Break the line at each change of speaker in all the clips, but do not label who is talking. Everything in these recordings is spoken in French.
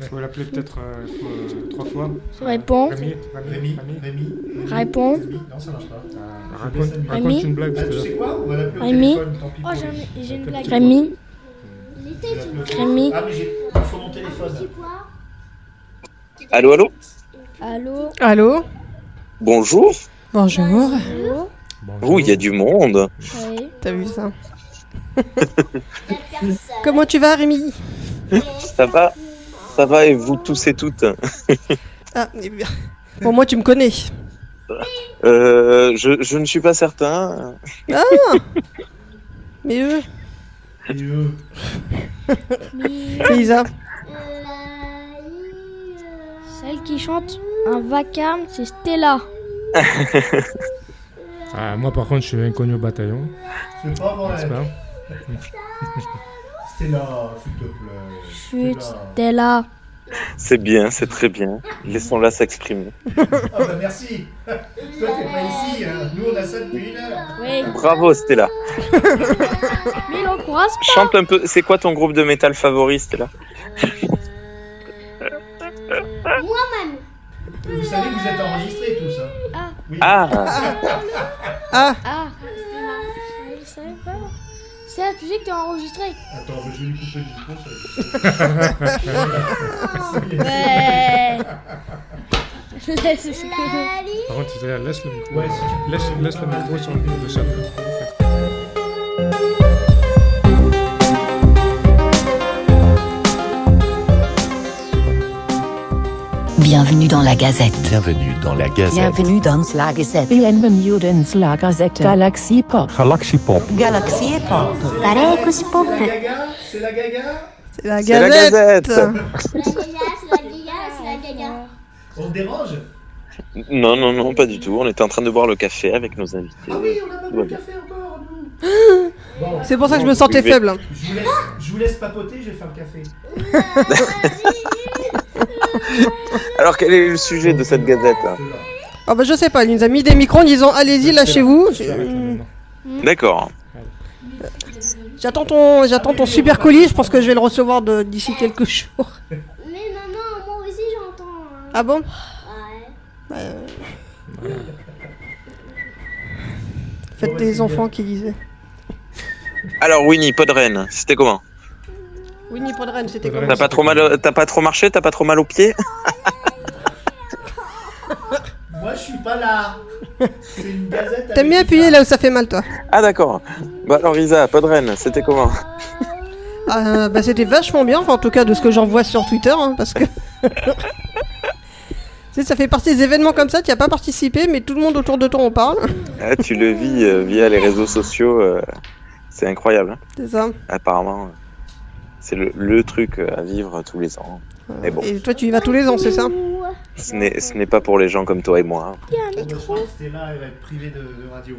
Il faut l'appeler peut-être euh, faut- trois fois.
Réponds.
Rémi, Rémi,
Rémi,
Rémi.
Rémi, Rémi.
Réponds.
Rémi. Non, ça marche pas.
Ah, raconte,
Rémi.
raconte
Rémi.
une blague.
Ah,
parce que
tu
là-
sais quoi On va l'appeler au
Rémi. Oh,
téléphone, tant pis. pour lui.
j'ai une
blague.
Rémi,
Je vais l'appeler au téléphone.
Rémi.
Ah, mais j'ai pas sur mon téléphone.
Allô, allô
Allô
Allô
Bonjour
Bonjour.
Allô
Ouh, il y a du monde
Oui.
T'as vu ça Comment tu vas, Rémi
Ça va Ça va et vous tous et toutes
Ah, eh bien. Bon, moi, tu me connais.
euh, je, je ne suis pas certain.
Mais eux,
Et, euh,
c'est Isa.
Celle qui chante un vacarme, c'est Stella.
Ah, moi, par contre, je suis inconnu au bataillon.
C'est pas
n'est-ce
vrai.
pas
Stella, s'il te plaît.
Chut,
Stella.
Stella.
C'est bien, c'est très bien. Laissons-la s'exprimer.
Ah bah merci Toi t'es pas ici, hein. nous on a ça depuis une heure
Oui.
Bravo Stella.
Mais il encourage
Chante un peu. C'est quoi ton groupe de métal favori Stella
Vous savez que vous êtes enregistrés tout ça
Ah.
Oui.
Ah
Ah,
Ah, Stella. Je savais pas. C'est la musique qui est enregistrée.
Attends, mais je vais lui couper le micro, ça va
Euh.
Ouais. Laisse-
Par contre, Isaiah, laisse le micro.
Ouais, si tu-
Laisse, laisse le micro sur le micro de chacun.
Bienvenue dans la Gazette.
Bienvenue dans la Gazette.
Bienvenue dans la Gazette.
Bienvenue dans la Gazette Galaxy Pop.
Galaxy Pop.
Galaxy et
Ah.
Pop.
C'est la gaga C'est la gaga
c'est la
C'est la
gazette.
Gazette.
On te dérange
Non, non, non, pas du tout. On était en train de boire le café avec nos invités.
Ah oui, on a pas bu
Ouais.
le café encore, nous Bon,
C'est pour ça que je me sentais
Mais-
faible.
je vous laisse, je vous laisse papoter, je vais faire le café.
Alors quel est le sujet de cette gazette hein
Stella.
Ah bah je sais pas, il nous a mis des micros en disant allez-y, lâchez-vous. hmm,
Je l'arrête là maintenant.
D'accord.
J'attends ton, j'attends ton super colis, je pense que je vais le recevoir de- d'ici quelques jours.
Mais maman, moi aussi j'entends. hein.
Ah bon
Ouais.
Faites des enfants qui disaient.
Alors Winnie, Podren, c'était comment
Winnie Podren, c'était
Podren.
T'as pas trop mal, au- t'as pas trop marché, t'as pas trop mal aux pieds
Moi je suis pas là C'est une gazette
T'aimes bien appuyer là où ça fait mal toi
Ah d'accord. Bah alors Isa, Podren, c'était comment
Ah, bah c'était vachement bien, enfin, en tout cas de ce que j'en vois sur Twitter, hein, parce que. Tu sais, ça fait partie des événements comme ça, tu as pas participé, mais tout le monde autour de toi en parle.
Ah, tu le vis euh, via les réseaux sociaux, euh, c'est incroyable. hein.
C'est ça.
Apparemment, euh, c'est le, le truc euh, à vivre tous les ans. Mais bon,
Et toi, tu y vas tous les ans, c'est ça
ce n'est ce n'est pas pour les gens comme toi et moi. hein.
Stella, elle va être privée de, de radio.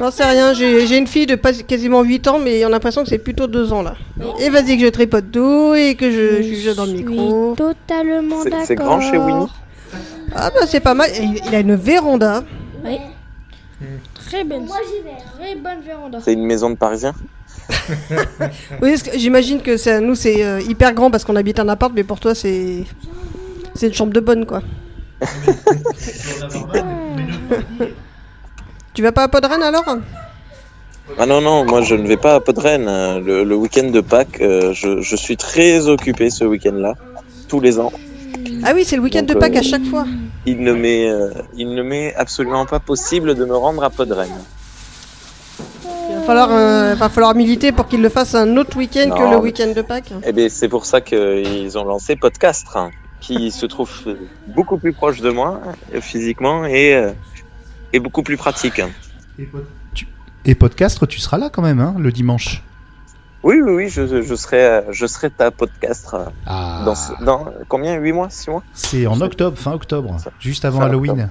Non, c'est rien, j'ai j'ai une fille de pas, quasiment 8 ans, mais on a l'impression que c'est plutôt 2 ans là. Et vas-y que je tripote d'eau et que je je juge dans le micro.
suis totalement d'accord.
C'est- c'est grand chez Winnie
Ah bah c'est pas mal, Et il, il a une véranda.
Oui. Très bonne,
Moi j'y vais. hein.
très bonne véranda.
C'est une maison de Parisiens
Oui, ce que- j'imagine que c'est- nous c'est euh, hyper grand parce qu'on habite un appart, mais pour toi c'est. C'est une chambre de bonne quoi.
Tu vas en avoir marre, mais ne-
Tu vas pas à Podren alors
Ah non, non, moi je ne vais pas à Podren. euh, Le, le week-end de Pâques, euh, je, je suis très occupé ce week-end-là, tous les ans.
Ah oui, c'est le week-end
Donc,
de
euh,
Pâques à chaque fois.
Il ne m'est euh, il ne m'est absolument pas possible de me rendre à Podren.
Il va falloir, euh, va falloir militer pour qu'il le fasse un autre week-end que
Non,
le
mais-
week-end de Pâques.
Eh bien, c'est pour ça qu'ils ont lancé Podcastre, hein, qui se trouve euh, beaucoup plus proche de moi euh, physiquement et, euh, et beaucoup plus pratique.
Et pote-
Et podcast, tu seras là quand même, hein, le dimanche.
Oui, oui, oui, je, je serai, euh, je serai ta Podcastre euh,
Ah,
dans, ce- dans combien 8 mois 6 mois
c'est en octobre, fin octobre,
Ça-
juste avant
ça,
Halloween.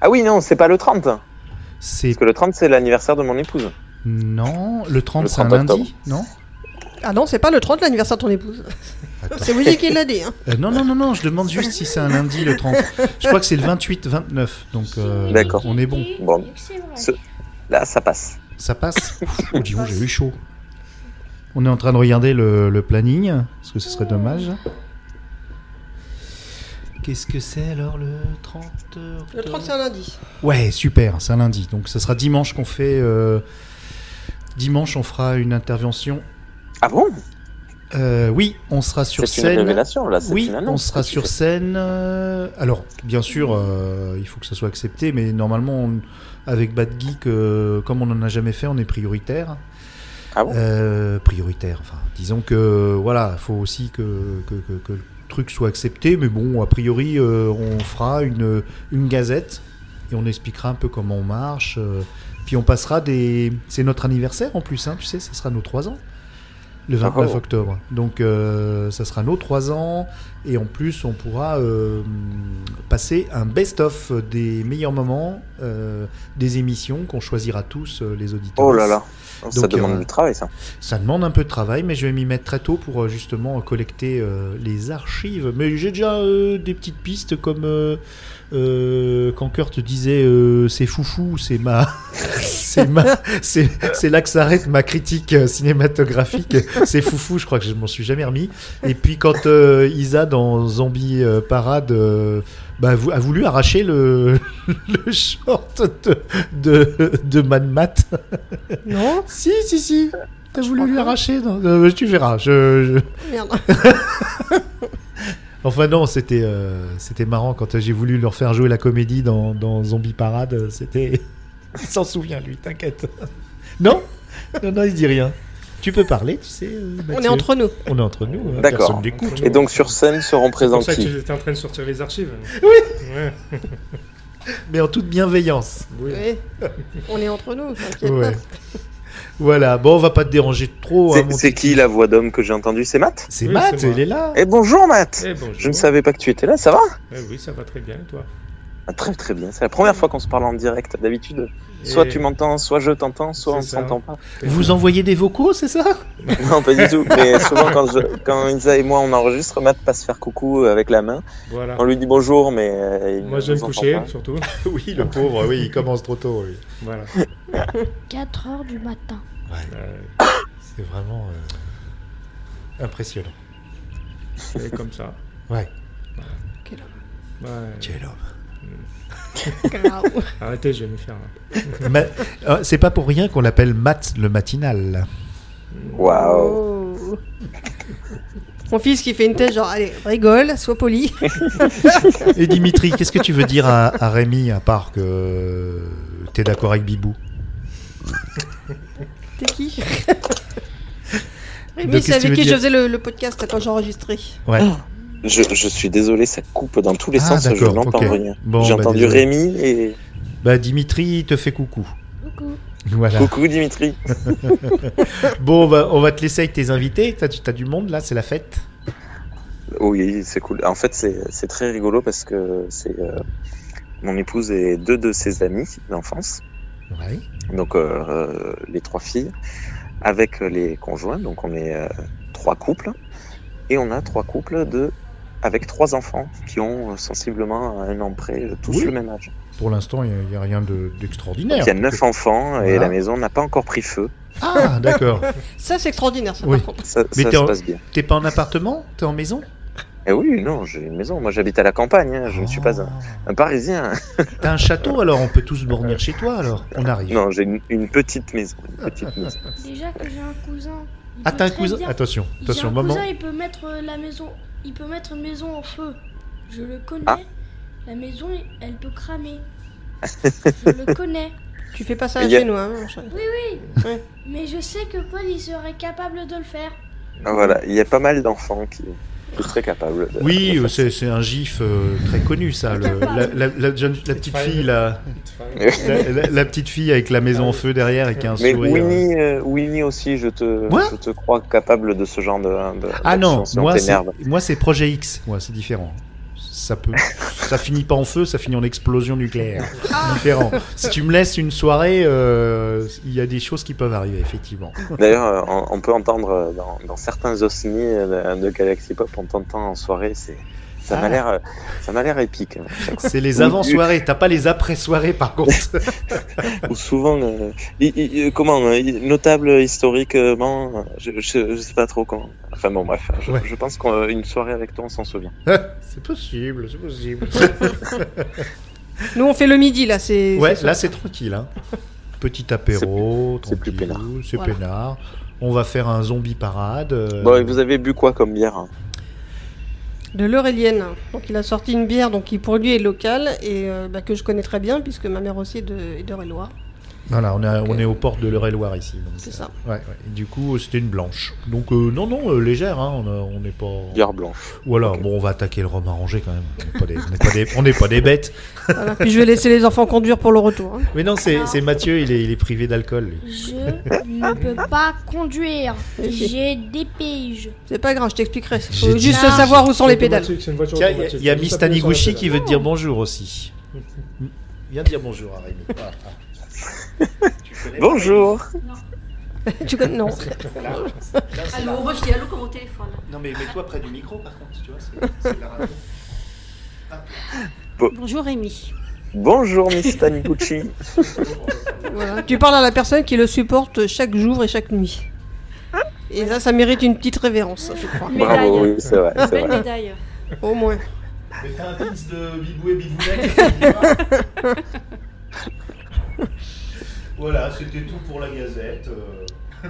Ah oui, non, c'est pas le 30. Parce
C'est
que le 30, c'est l'anniversaire de mon épouse.
non, le 30,
Le
c'est un
30 octobre.
lundi, non
Ah non, c'est pas le 30 l'anniversaire de ton épouse.
Attends.
C'est Luigi qui l'a dit. hein.
Euh, Non, non, non, non, je demande juste si c'est un lundi le 30. Je crois que c'est le 28, 29. Donc euh,
D'accord.
on est bon,
Bon,
C'est vrai.
Ce- là, ça passe.
ça passe. Oh, dis donc, j'ai eu chaud.
On est en train de regarder le, le planning, parce que ce serait dommage. Qu'est-ce que c'est alors le 30 octobre
Le 30, c'est un lundi.
Ouais, super, c'est un lundi. Donc ce sera dimanche qu'on fait. euh, Dimanche, on fera une intervention.
Ah bon
Euh, oui, on sera sur
C'est une
scène.
révélation là, c'est
Oui,
une
on
annonce.
sera
que tu
sur
fais.
scène. euh, Alors, bien sûr, euh, il faut que ça soit accepté, mais normalement, on- avec Bad Geek, euh, comme on n'en a jamais fait, on est prioritaire.
Ah bon
Euh, Prioritaire, enfin, disons que voilà, il faut aussi que, que- que- que le truc soit accepté, mais bon, a priori, euh, on fera une, une gazette et on expliquera un peu comment on marche. euh, puis on passera des. C'est notre anniversaire en plus, hein, tu sais, ça sera nos 3 ans. Le 29
Oh.
octobre. Donc, euh, ça sera nos 3 ans. Et en plus, on pourra euh, passer un best-of des meilleurs moments euh, des émissions qu'on choisira tous, euh, les auditeurs.
Oh là là, ça
Donc,
demande
euh,
du travail ça.
Ça demande un peu de travail, mais je vais m'y mettre très tôt pour euh, justement collecter euh, les archives. Mais j'ai déjà euh, des petites pistes comme euh, euh, quand Kurt disait euh, c'est foufou, c'est ma, c'est ma, c'est c'est là que s'arrête ma critique euh, cinématographique. C'est foufou, je crois que je m'en suis jamais remis. Et puis quand euh, Isa dans Zombie euh, Parade euh, bah, vou- a voulu arracher le, le short de de, de Mad Matt.
Non
Si, si, si. T'as voulu lui arracher. non Euh, tu verras. Je, je-
Merde.
Enfin, non, c'était euh, c'était marrant quand j'ai voulu leur faire jouer la comédie dans, dans Zombie Parade. C'était. Il s'en souvient, lui, t'inquiète. Non Non, non, il dit rien. Tu peux parler, tu sais. euh,
On est
Mathieu.
entre nous.
On est entre nous. hein,
D'accord.
Personne n'écoute.
Et donc sur scène seront
C'est pour
présents
ça que
qui
j'étais en train de sortir les archives. Oui ouais.
Mais en toute bienveillance.
oui.
Oui. On est entre nous. t'inquiète
Ouais.
pas.
voilà. Bon, on va pas te déranger trop. hein,
C'est
mon
c'est
petit-
qui la voix d'homme que j'ai entendue C'est Matt
C'est
Oui,
Matt,
c'est moi.
il est là.
Eh bonjour Matt
Eh, bonjour.
Je ne savais pas que tu étais là, ça va
Eh oui, ça va très bien, et toi.
Ah, Très très bien, c'est la première fois qu'on se parle en direct. D'habitude, soit
Et-
tu m'entends, soit je t'entends, soit on ne
C'est ça.
s'entend pas.
Vous envoyez des vocaux, c'est ça
Non, pas du tout, mais souvent quand, je, quand Isa et moi on enregistre, Matt passe faire coucou avec la main.
Voilà.
On lui dit bonjour, mais euh, il
Moi,
ne
je vais me
nous entend
coucher,
pas.
surtout.
Oui, le pauvre. Oui, il commence trop tôt. oui.
Voilà.
4 heures du matin.
Euh,
C'est vraiment euh, impressionnant.
c'est comme ça.
Ouais.
Quel
Ouais.
Quel homme.
Grave.
Arrêtez, je vais me faire.
Ma- euh, c'est pas pour rien qu'on l'appelle Matt le matinal.
Waouh
Oh. Mon fils qui fait une tête genre, allez, rigole, sois poli.
Et Dimitri, qu'est-ce que tu veux dire à, à Rémi à part que euh, t'es d'accord avec Bibou
T'es qui
Donc,
Rémi,
qu'est-ce
c'est
que
avec
tu veux
qui
dire
je faisais le, le podcast là, quand j'enregistrais.
Ouais.
je, je suis désolé, ça coupe dans tous les
Ah,
sens, je
d'accord,
n'entends
ok.
rien.
Bon,
J'ai
bah,
entendu
désolé.
Rémi et
Bah Dimitri il te fait coucou.
Coucou.
Voilà.
coucou Dimitri.
Bon, bah, on va te laisser avec tes invités. T'as, t'as du monde là, c'est la fête.
Oui, c'est cool. En fait, c'est c'est très rigolo parce que c'est euh, mon épouse et deux de ses amis d'enfance,
Ouais.
donc euh, euh, les trois filles, avec les conjoints. Donc on est euh, trois couples et on a trois couples de avec trois enfants qui ont euh, sensiblement à un an près euh, tous
Oui.
le même âge.
Pour l'instant, il n'y a, rien de-
Donc,
d'extraordinaire.
il y a neuf enfants et
Voilà.
la maison n'a pas encore pris feu.
Ah, d'accord.
Ça, c'est extraordinaire, ça,
Oui.
par contre.
Ça,
Mais
ça
t'es
se
en-
passe bien.
T'es pas en appartement T'es en maison
Eh oui, non, j'ai une maison. Moi, j'habite à la campagne. hein. Je ne suis pas un, un Parisien.
T'as un château alors On peut tous dormir chez toi alors On arrive.
Non, j'ai une, une petite maison. Une petite maison.
Déjà que j'ai un cousin. il
Ah,
peut
t'as un
très
cousin
bien-
Attention,
J'ai
attention,
un
maman.
cousin, il peut mettre euh, la maison, il peut mettre une maison en feu. Je le connais.
Ah.
La maison, elle peut cramer. je le connais.
Tu fais pas ça
Eh
Il y a-
chez nous, hein. je-
Mais je sais que Paul, il serait capable de le faire.
Ah, Voilà, il y a pas mal d'enfants qui qui seraient capables. de-
Oui,
de
euh,
faire
c'est c'est un gif euh, très connu, ça. le- la, la- la jeune- la petite fille, la, la, la- la petite fille avec la maison en feu derrière et qui a un
ça. Mais
sourire.
Winnie, euh, Winnie aussi, je te,
Moi
je te crois capable de ce genre de. de-
Ah non,
d'action, si on
moi c'est
t'énerve.
moi c'est projet X. Moi c'est différent. Ça peut, ça finit pas en feu, ça finit en explosion nucléaire. Différent. Si tu me laisses une soirée, euh, il y a des choses qui peuvent arriver effectivement.
D'ailleurs, euh, on, on peut entendre euh, dans, dans certains osnis euh, de Galaxy Pop, on t'entend en soirée, c'est. Ça
Ah.
m'a l'air, euh, ça m'a l'air épique. hein, à chaque fois.
C'est les avant-soirées, t'as pas les après-soirées par contre.
Ou souvent, euh, i- i- euh, comment, euh, i- notable historiquement, euh, je, je, je sais pas trop comment. Enfin bon, bref, je,
Ouais.
je pense qu'une soirée avec toi, on s'en souvient.
c'est possible, c'est possible.
Nous, on fait le midi, là. C'est.
Ouais,
c'est
là
ça.
c'est tranquille. hein. Petit apéro,
c'est plus
tranquille,
peinard.
c'est
Voilà.
peinard. On va faire un zombie parade. euh,
Bon, et vous avez bu quoi comme bière hein
De l'Eurélienne. Donc, il a sorti une bière donc, qui, pour lui, est locale et euh, bah, que je connais très bien, puisque ma mère aussi est de, est de loire
Voilà, on est, à-
Ok.
on est aux portes de l'Eure-et-Loire ici. donc,
C'est
euh,
ça.
Ouais, ouais. Et Du coup, euh, c'était une blanche. Donc, euh, non, non, euh, légère, hein, on a- on n'est pas.
Bière blanche.
Voilà,
Ok.
bon, on va attaquer le rhum arrangé quand même. On n'est pas des- on n'est pas, des- on n'est pas des bêtes.
Voilà. Puis, je vais laisser les enfants conduire pour le retour. hein.
Mais non, c'est c'est Mathieu, il est, il est privé d'alcool. lui.
Je ne peux pas conduire. J'ai des piges.
C'est pas grave, je t'expliquerai. Faut
J'ai
juste
dit-
savoir où sont les
C'est
pédales.
automatique, c'est une voiture
Tiens, Il y a-
automatique.
il y a
Faut
Miss
juste appuyer sur la
Taniguchi qui
pédale.
veut te dire bonjour aussi. Viens dire bonjour Ah, à Rémi. Voilà. ah.
Tu connais pas
Bonjour
tu connais Non.
Rémi Là, là, c'est
Allô,
la-
moi je dis allô comme au téléphone.
Non, mais mets-toi près du micro par contre, tu vois, c'est- c'est la radio.
Bonjour Rémi.
Bonjour Miss Taniguchi
Voilà. Tu parles à la personne qui le supporte chaque jour et chaque nuit. Et là, ça mérite une petite révérence, je crois.
Bravo,
Médaille.
oui, c'est vrai, c'est
Belle
vrai.
médaille.
Au moins.
Mais t'as un pins de Bibou et Bibounette. voilà, c'était tout pour la gazette. euh.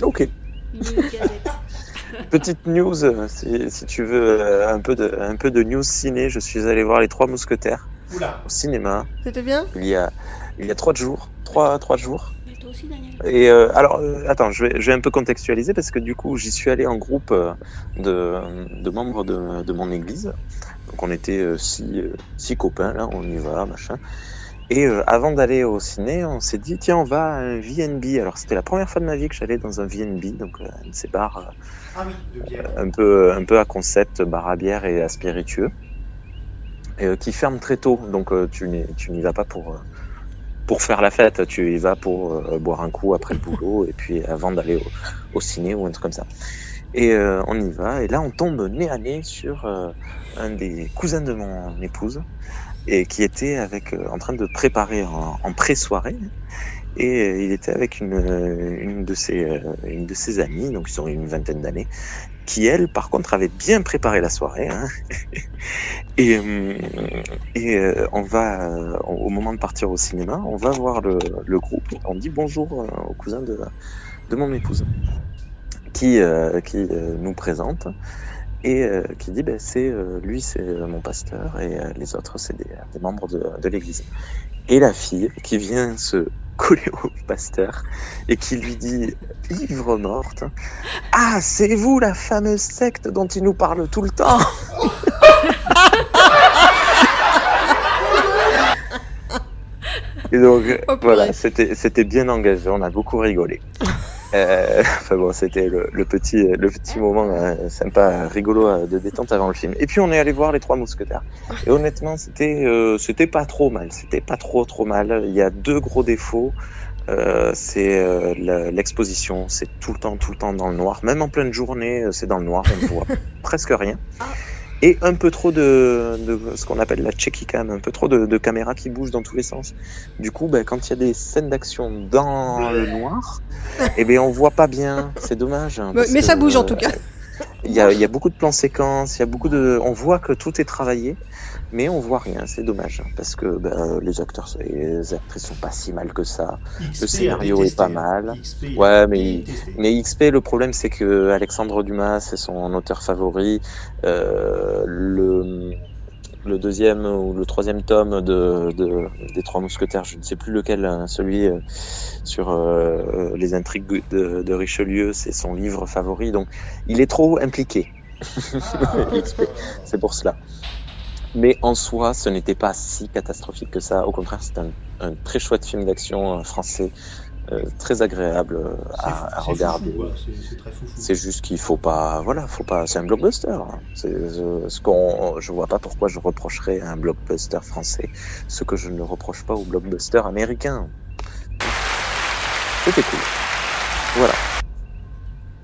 Ok.
Une gazette.
Petite news, euh, si, si tu veux euh, un peu, de, un peu de news ciné, je suis allé voir Les Trois Mousquetaires
Oula.
au cinéma
C'était bien
il y a, il y a trois jours. Trois, trois jours.
Mais toi aussi Daniel.
Et euh, alors, euh, attends, je vais, je vais un peu contextualiser parce que du coup, j'y suis allé en groupe euh, de, de membres de, de mon église. Donc, on était euh, six, euh, six copains, là, on y va, machin. Et euh, avant d'aller au ciné, on s'est dit, tiens, on va à un VNB. Alors, c'était la première fois de ma vie que j'allais dans un VNB, donc euh, un de ces bars euh,
Ah oui, de bière.
un peu, un peu à concept, bar à bière et à spiritueux, et, euh, qui ferme très tôt. Donc euh, tu n'y tu n'y vas pas pour, euh, pour faire la fête, tu y vas pour euh, boire un coup après le boulot et puis avant d'aller au, au ciné ou un truc comme ça. Et euh, on y va, et là on tombe nez à nez sur euh, un des cousins de mon épouse, et qui était avec, euh, en train de préparer en, en pré-soirée. Et euh, il était avec une, euh, une, de ses, euh, une de ses amies, donc ils ont une vingtaine d'années qui elle, par contre, avait bien préparé la soirée. hein. et euh, et euh, on va, euh, au moment de partir au cinéma, on va voir le, le groupe. On dit bonjour euh, au cousin de, de mon épouse, qui, euh, qui euh, nous présente et euh, qui dit, ben, c'est euh, lui, c'est euh, mon pasteur, et euh, les autres, c'est des, des membres de, de l'église. Et la fille qui vient se coller au pasteur et qui lui dit, ivre morte, ah, c'est vous la fameuse secte dont il nous parle tout le temps Et donc,
Oh, purée.
voilà, c'était c'était bien engagé, on a beaucoup rigolé. Euh, enfin bon, c'était le, le petit, le petit moment euh, sympa, rigolo euh, de détente avant le film. Et puis on est allé voir Les Trois Mousquetaires. Et honnêtement, c'était euh, c'était pas trop mal, c'était pas trop trop mal. Il y a deux gros défauts. Euh, c'est euh, la- l'exposition, c'est tout le temps, tout le temps dans le noir. Même en pleine journée, euh, c'est dans le noir, on ne voit presque rien.
Ah.
Et un peu trop de, de ce qu'on appelle la checky cam, un peu trop de, de caméras qui bougent dans tous les sens. Du coup, ben, quand il y a des scènes d'action dans le noir, eh ben on voit pas bien. C'est dommage. hein,
Mais,
parce
Bah, mais ça
que,
bouge en
euh,
tout cas.
Il y a, il y a beaucoup de plans séquences, il y a beaucoup de, on voit que tout est travaillé, mais on voit rien. C'est dommage hein, parce que ben, les acteurs et les actrices sont pas si mal que ça. Le scénario est pas mal. Ouais, mais- Mais XP, le problème, c'est que Alexandre Dumas, c'est son auteur favori. Euh, le, le deuxième ou le troisième tome de, de- des Trois Mousquetaires, je ne sais plus lequel, hein, celui euh, sur euh, les intrigues de, de Richelieu, c'est son livre favori. Donc, il est trop impliqué. Ah, C'est pour cela. Mais en soi, ce n'était pas si catastrophique que ça. Au contraire, c'est un, un très chouette film d'action euh, français, euh, très agréable euh, à, à regarder.
C'est très foufou.
C'est juste qu'il faut pas, voilà, faut pas. C'est un blockbuster. C'est euh, ce qu'on, je vois pas pourquoi je reprocherais à un blockbuster français ce que je ne reproche pas au blockbuster américain. C'était cool. Voilà.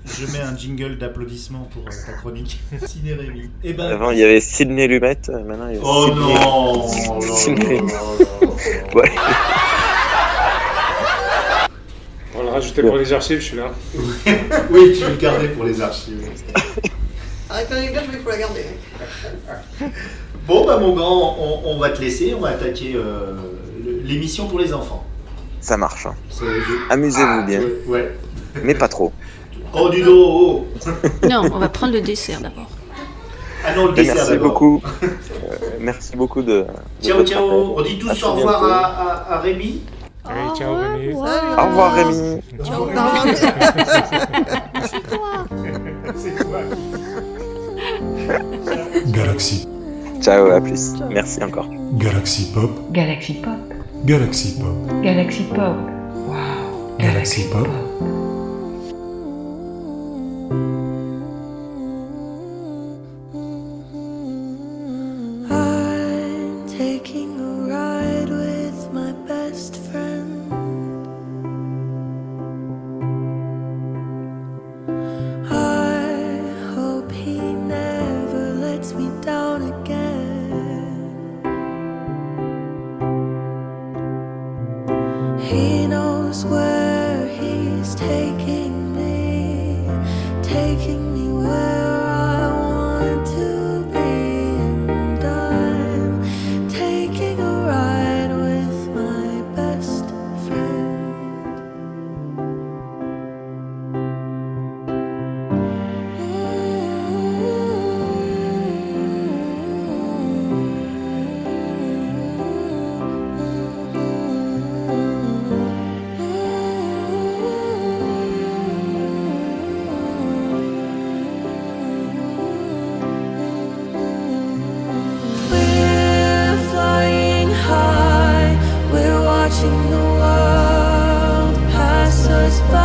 Je mets un jingle d'applaudissements pour euh, ta chronique. Ciné Rémi. Eh ben.
Avant, il y avait Sidney Lumet, euh, maintenant il y a
Oh
Sidney-
non
Sidney.
Ouais.
Ouais.
On l'a rajouté pour les archives, je suis là.
Oui, tu le gardais pour les archives.
Avec l'anecdote, il faut la garder.
Bon, bah, mon grand, on, on va te laisser. On va attaquer euh, le- l'émission pour les enfants.
Ça marche. hein.
C'est- je-
Amusez-vous
Ah,
bien,
ouais, Ouais.
mais pas trop.
Oh, du dos oh.
Non, on va prendre le dessert d'abord.
Ah non, le
Et
dessert
merci
d'abord.
beaucoup. Euh, merci beaucoup de. de
Ciao,
votre
ciao.
appel.
On dit
À
tous
très
au revoir
bientôt.
à, à- à Rémi.
Allez, ciao, Rémi.
Au revoir Rémi.
Au revoir.
C'est toi.
Galaxy,
Ciao, à plus. Merci encore.
Galaxy Pop,
Galaxy Pop.
Galaxy Pop,
Galaxy Pop.
Galaxy Pop.
I'm taking a ride with my best friend. I hope he never lets me down again. He knows where he's taking me, taking me where I want to be. And I'm taking a ride with my best friend. We're flying high. We're watching the world pass us by.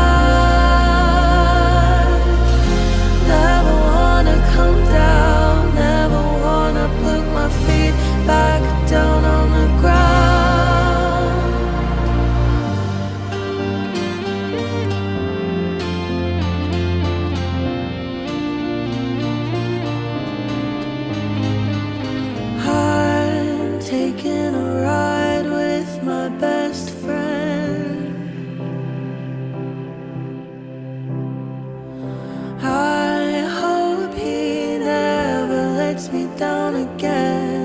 Never wanna come down. Never wanna put my feet back down on the ground. I'm taking a ride with my best friend. I hope he never lets me down again.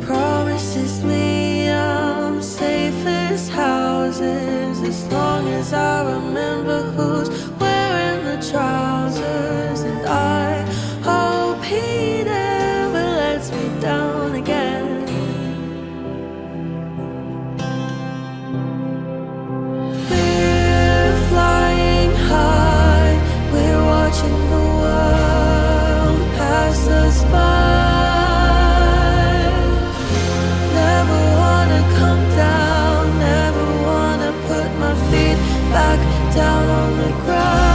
Promises me I'm safe as houses as long as I remember who's wearing the trousers. And I hope he never lets me down again. We're flying high. We're watching the world pass us by. Never wanna come down. Never wanna put my feet back down on the ground. Mm-hmm.